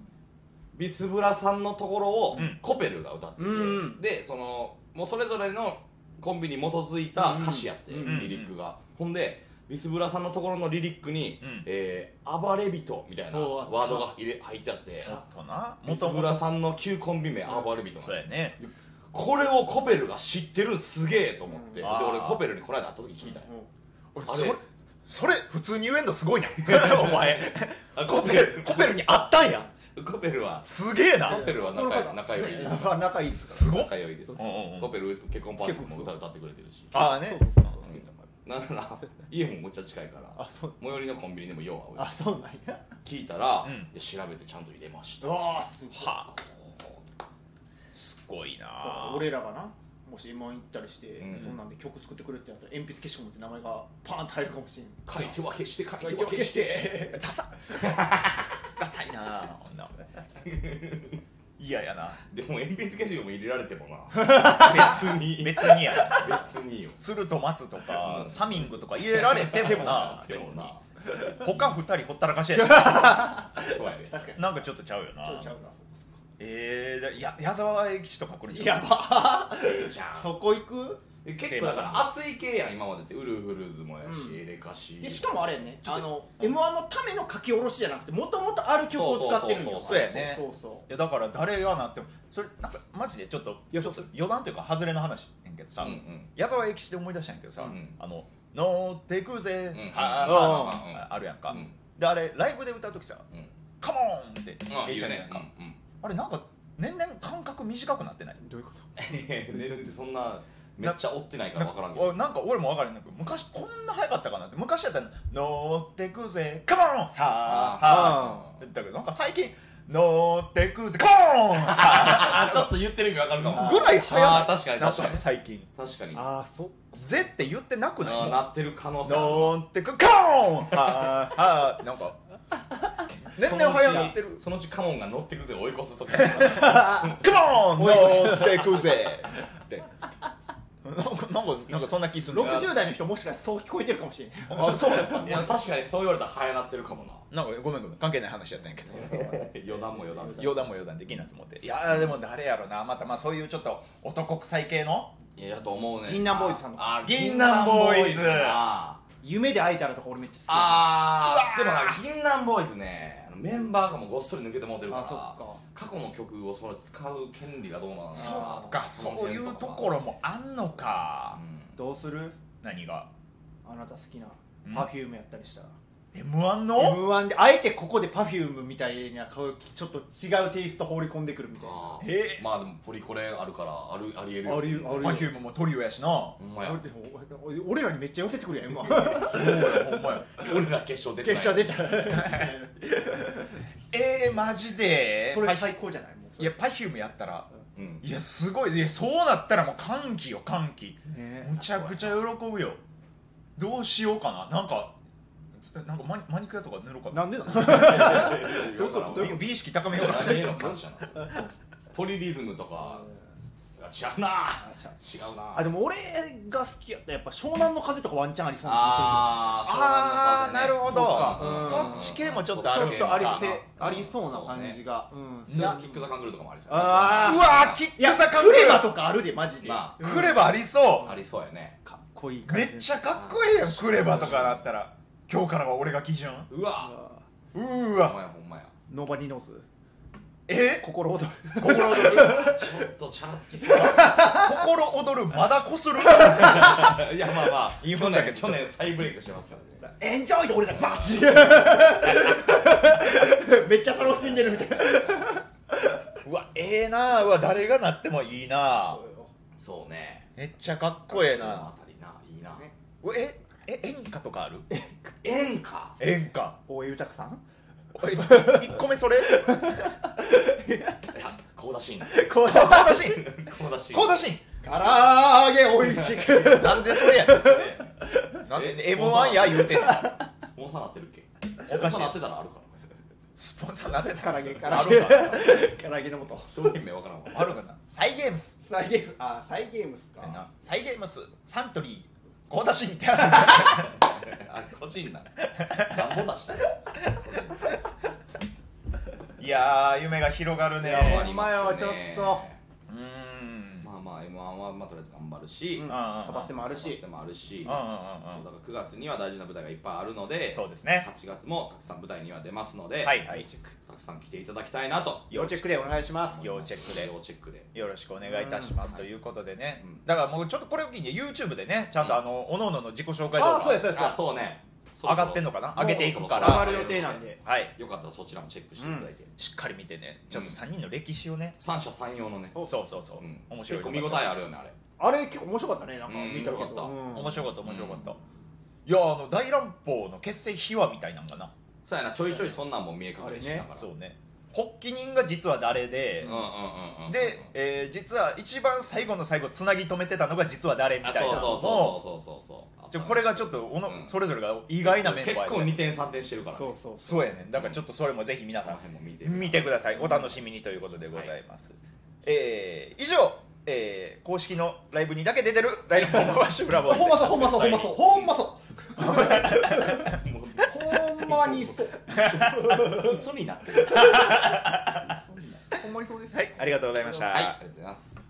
Speaker 2: ービスブラさんのところを
Speaker 1: うん
Speaker 2: コペルが歌ってて、
Speaker 3: うん
Speaker 2: でそのもうそれぞれのコンビに基づいた歌詞やって、
Speaker 3: うん
Speaker 2: リリックが、ほんでビスブラさんのところのリリックに「
Speaker 1: うん
Speaker 2: えー暴れ人」みたいな
Speaker 3: そうあった
Speaker 2: ワードが入れ入ってあって
Speaker 1: ちょっとな
Speaker 2: ビ
Speaker 1: も
Speaker 2: ス
Speaker 1: と
Speaker 2: ブ
Speaker 1: も
Speaker 2: ラ
Speaker 1: と
Speaker 2: さんの旧コンビ名「暴れ人
Speaker 1: そう
Speaker 2: なの
Speaker 1: やね
Speaker 2: これをコペルが知ってるんすげえと思って、
Speaker 1: うん
Speaker 2: で俺コペルにこの間会った時聞いたよ、
Speaker 1: 俺
Speaker 2: あ
Speaker 1: そ
Speaker 2: れ
Speaker 1: れそれ普通に言えんのす ごいなお前
Speaker 2: あ
Speaker 1: コペルコペルにあったんや
Speaker 2: コペル は
Speaker 1: すげえな
Speaker 2: コペルは仲良い仲良いです
Speaker 3: 仲仲いいです
Speaker 1: すごっ
Speaker 2: 仲良いです
Speaker 1: うんうんうん
Speaker 2: コペル結婚パーティーも歌歌ってくれてるし
Speaker 1: ああね
Speaker 2: なんなら家もむっちゃ近いから
Speaker 3: あそう
Speaker 2: 最寄りのコンビニでもよう
Speaker 3: あ
Speaker 2: 会うし
Speaker 3: そうなんや
Speaker 2: 聞いたら、
Speaker 1: うん
Speaker 2: いや調べてちゃんと入れました
Speaker 3: わあすごい
Speaker 1: はあすごいな
Speaker 3: 俺らがなもし M1 行ったりして、
Speaker 2: うん
Speaker 3: そんなんで曲作ってくれってやったら鉛筆消しゴムって名前がパーンって入るかもしれん
Speaker 2: 書いては消して書
Speaker 3: 書
Speaker 2: いて
Speaker 3: いて
Speaker 2: は
Speaker 3: は
Speaker 2: 消
Speaker 3: 消
Speaker 2: し
Speaker 3: して
Speaker 1: ダサダサいなこんな嫌やな
Speaker 2: でも鉛筆消しゴム入れられてもな別に
Speaker 1: 別にや
Speaker 2: 別によ
Speaker 1: 鶴と松とか
Speaker 2: うん
Speaker 1: サミングとか入れられてでも な
Speaker 2: でもな
Speaker 1: 他二人ほったらかしやし
Speaker 2: そうやで
Speaker 3: 確かに
Speaker 1: なんかちょっとちゃうよな
Speaker 3: ちょっとちゃうな
Speaker 1: えー、や矢沢永吉とかこれ
Speaker 3: やば
Speaker 2: いいじゃん
Speaker 3: そこ行く
Speaker 2: え結構だから熱い系やん今までってウルフルズもやし、
Speaker 3: うん
Speaker 2: エレカシ
Speaker 3: でしかもあれやねあの m 1のための書き下ろしじゃなくてもともとある曲を使ってるんよ
Speaker 1: そ
Speaker 2: そう
Speaker 1: うそうそうそうやね
Speaker 3: そうそ
Speaker 1: い
Speaker 3: う
Speaker 1: やだから誰がなってもそれなんかマジでちょっと
Speaker 3: いや
Speaker 1: ちょっと余談というか外れの話やんけどさ、
Speaker 2: うんうん
Speaker 1: 矢沢永吉で思い出したんやけどさ、
Speaker 2: うん
Speaker 1: あの「乗ってくぜ」
Speaker 2: ん
Speaker 1: あ
Speaker 2: うん
Speaker 1: ああるやんか、
Speaker 2: うん
Speaker 1: であれライブで歌う時さ
Speaker 2: うん
Speaker 1: 「カモン!」って
Speaker 2: あ
Speaker 1: 言
Speaker 2: い
Speaker 1: っ
Speaker 2: い
Speaker 1: ちゃ
Speaker 2: よ
Speaker 1: うや
Speaker 2: ね
Speaker 1: んか、
Speaker 2: うんうん
Speaker 1: あれなんか年々間隔短くなってない
Speaker 3: どういうこと
Speaker 2: ええ寝るってそんなめっちゃ追ってないから分からんけ
Speaker 1: お
Speaker 2: ど
Speaker 1: なんか俺も分からへんねんけど昔こんな早かったかなって昔やったら「乗ってくぜカモンはあはあ」だけどなんか最近「乗ってくぜカモンは
Speaker 2: あちょっと言ってる意味分かるか
Speaker 1: あ」
Speaker 2: も
Speaker 1: ぐらい早
Speaker 2: あー確かに確かに
Speaker 1: 最近
Speaker 2: 確かにあ
Speaker 3: ああそ
Speaker 1: 「ぜ」って言ってなくない
Speaker 2: ーなってる可能性ある
Speaker 1: 乗ってくカモンはあはあなんか全然早なってる
Speaker 2: そのうちカモンが乗ってくぜ追い越すとか
Speaker 1: カモン乗ってくぜってなんかなんかなんかそんな気する
Speaker 3: う60代の人もしかしてそう聞こえてるかもしれない
Speaker 1: あそうや
Speaker 2: いや確かにそう言われたら早なってるかもな
Speaker 1: なんかごめんごめん関係ない話やったんやけど
Speaker 2: 余談も余談
Speaker 1: 余談も余談できんなと思っていやーでも誰やろなまたまあそういうちょっと男臭い系の
Speaker 2: いややと思うね
Speaker 3: 銀杏ボーイズさんの
Speaker 2: あー
Speaker 1: 銀杏ボーイズ
Speaker 2: あー
Speaker 3: 夢で会えたらとか俺めっちゃ
Speaker 2: あーでもな銀杏ボーイズねあのメンバーがもうごっそり抜けてもうてるから
Speaker 3: あそっ
Speaker 2: 過去の曲をそれ使う権利がどうなのかな
Speaker 1: そうかそういうところもあんの
Speaker 2: う
Speaker 1: か
Speaker 2: ん
Speaker 3: 好きどうする
Speaker 1: 何が
Speaker 3: あなた好きな
Speaker 1: うん
Speaker 3: Perfume やったりしたら
Speaker 1: m 1の
Speaker 3: m 1であえてここで Perfume みたいな顔ちょっと違うテイスト放り込んでくるみたいな
Speaker 2: あー
Speaker 1: え
Speaker 2: まあでもポリコレあるからあるありえるよ
Speaker 3: あるよあるよ
Speaker 1: Perfume もトリオやしな
Speaker 2: ほんまや
Speaker 3: 俺俺俺らにめっちゃ寄せてくるやん M1
Speaker 1: ほんまや
Speaker 2: 俺ら決勝出てない
Speaker 3: 決勝出 たら
Speaker 1: えー、マジで
Speaker 3: それ
Speaker 1: Perfume
Speaker 3: 最高じゃないもう
Speaker 1: いや Perfume やったら
Speaker 2: うん
Speaker 1: いやすごいいやそうなったらもう歓喜よ歓喜
Speaker 3: ね
Speaker 1: むちゃくちゃ喜ぶよどうしようかななんかつなんかマニマニキュアとか塗ろうかな
Speaker 3: なんでなの
Speaker 2: どういうことどういうこ
Speaker 1: 美意識高めようかな
Speaker 2: とポリリズムとか違うな違うな
Speaker 3: あでも俺が好きやったやっぱ湘南の風とかワンチャンありそうな
Speaker 1: あ
Speaker 2: あ
Speaker 1: あなるほど
Speaker 3: そ
Speaker 1: そ
Speaker 3: うか
Speaker 1: っち系もちょっとあ
Speaker 3: ち
Speaker 1: る
Speaker 3: ょっとあり
Speaker 2: そう
Speaker 3: せ
Speaker 2: ね
Speaker 3: ありそうな感じがうん
Speaker 2: それはキックザカングルとかもありそう
Speaker 3: あ
Speaker 1: うわーキ
Speaker 3: い
Speaker 1: ッ
Speaker 3: や
Speaker 1: クサカン
Speaker 3: クレバとかあるでマジで
Speaker 2: な
Speaker 1: クレバありそ
Speaker 2: ありそうやね
Speaker 3: かっこいいう感
Speaker 1: め
Speaker 3: じ
Speaker 1: っちゃかっこいいやんクレバとかだったら今日からは俺が基準
Speaker 2: うわ
Speaker 1: うー
Speaker 2: ほん
Speaker 1: わ
Speaker 2: まやほんまや
Speaker 3: ノーバディノーズ
Speaker 1: え
Speaker 3: 心躍る
Speaker 1: 心躍る
Speaker 2: ちょっとチャラつ きそう
Speaker 1: 心躍るまだこする
Speaker 2: いやまあまあ
Speaker 1: 言う
Speaker 2: 去
Speaker 1: もんだけ
Speaker 2: 年
Speaker 1: ど
Speaker 2: 去年再ブレイクしてますからね
Speaker 3: エンジョイで俺らバッてめっちゃ楽しんでるみたいな
Speaker 1: うわええなうわ誰がなってもいいな
Speaker 2: そうね
Speaker 1: めっちゃかっこええ
Speaker 2: そのあ
Speaker 1: な
Speaker 2: たりないいな
Speaker 3: ね
Speaker 1: うわええ演歌とかある
Speaker 2: 演歌
Speaker 1: 演歌
Speaker 3: 大江豊さん
Speaker 1: おい1個目それ
Speaker 2: いやコーダシー ン
Speaker 1: コードシーン
Speaker 2: コーダシーン
Speaker 1: コードシーン
Speaker 3: 唐揚げ美味しく
Speaker 1: なんでそれやねんなんで
Speaker 2: え
Speaker 1: M1 や言うてんの
Speaker 2: スポンサーなってるっけ
Speaker 1: お
Speaker 2: スポ
Speaker 1: か
Speaker 2: ン
Speaker 1: しい
Speaker 2: サーなってたらあるから
Speaker 1: スポンサーなんで
Speaker 3: 唐
Speaker 1: だ
Speaker 3: 揚げ唐
Speaker 1: ある
Speaker 3: 揚げ
Speaker 1: んか
Speaker 3: 唐揚げの素
Speaker 2: 商品名わからんわ
Speaker 1: あるかなサイゲームス
Speaker 3: サイゲームあサイゲームス
Speaker 1: みたい
Speaker 3: か
Speaker 1: なサイゲームスサントリーコーダシーンみたい
Speaker 2: あ個人なの何ぼ出した
Speaker 1: ないやー夢が広がるね
Speaker 3: いやほんまよちょっと
Speaker 1: うーん
Speaker 2: まあまあ M1 はまあとりあえず頑張るし、
Speaker 3: うん
Speaker 1: ああ
Speaker 3: サバステもある
Speaker 2: サバス
Speaker 3: し
Speaker 2: テもあるし、
Speaker 1: うんうん
Speaker 2: そううんだから9月には大事な舞台がいっぱいあるので、
Speaker 1: そうですね
Speaker 2: 8月もたくさん舞台には出ますので、
Speaker 1: はいはい
Speaker 2: たくさん来ていただきたいなと。
Speaker 3: 要チェックでお願いします
Speaker 1: 要チェックで
Speaker 2: 要チェックで。
Speaker 1: よろしくお願いいたしますということでね
Speaker 2: うん
Speaker 1: だからもうちょっとこれを機に YouTube でねちゃんとあのおのの自己紹介動
Speaker 3: あそう
Speaker 1: 画
Speaker 3: ですそうです
Speaker 2: あ、そうね。そ
Speaker 1: 上
Speaker 2: ろそろ
Speaker 1: がってんのかな
Speaker 3: もう
Speaker 1: 上げていくか
Speaker 3: 上
Speaker 1: ら
Speaker 3: がる予定なんで
Speaker 1: はい
Speaker 2: よかったらそちらもチェックしていただいて。
Speaker 1: しっかり見てねちょっと3人の歴史をね
Speaker 2: 三者三様のね、
Speaker 1: そうそうそう
Speaker 2: うん
Speaker 1: 面白い
Speaker 2: 結
Speaker 1: と
Speaker 2: 構
Speaker 1: 思
Speaker 2: 見
Speaker 1: い
Speaker 2: 応
Speaker 1: ま
Speaker 2: え
Speaker 1: す
Speaker 2: あるよね、あれ。
Speaker 3: あれ結構面白かったねなんか
Speaker 2: うん
Speaker 3: 見たけど
Speaker 2: よかった
Speaker 3: うん
Speaker 1: 面白かった面白かった、いやあの大乱暴の結成秘話みたいなんかな
Speaker 2: そうやな、ちょいちょいそんなんも見え隠れしながら。
Speaker 1: そうね発起人が実は誰で
Speaker 2: うん、うんうんうん。
Speaker 1: で、えー実は一番最後の最後つなぎ止めてたのが実は誰み
Speaker 2: あ、
Speaker 1: たい
Speaker 2: そう
Speaker 1: な
Speaker 2: そう
Speaker 1: の
Speaker 2: そうそうそうそう。
Speaker 1: ちょこれがちょっとおの、
Speaker 2: うん
Speaker 1: それぞれが意外なメンバー
Speaker 2: 結
Speaker 1: やね
Speaker 2: 構二点三点してるからね。
Speaker 3: そうそう
Speaker 1: そうやねだからちょっとそれもぜひ皆
Speaker 2: そ
Speaker 1: さ
Speaker 2: の
Speaker 1: ん
Speaker 2: 辺も見て。
Speaker 1: 見てくださいお楽しみにということでございます、えー以上、えー公式のライブにだけ出てる大乱暴のワッシュブラボー
Speaker 3: ほんまそうほんまそうほんまそうほんまそう ほんまにそう
Speaker 2: 嘘になってる。
Speaker 3: ほんまにそうです
Speaker 1: はいありがとうございました、
Speaker 2: はい、ありがとうございます。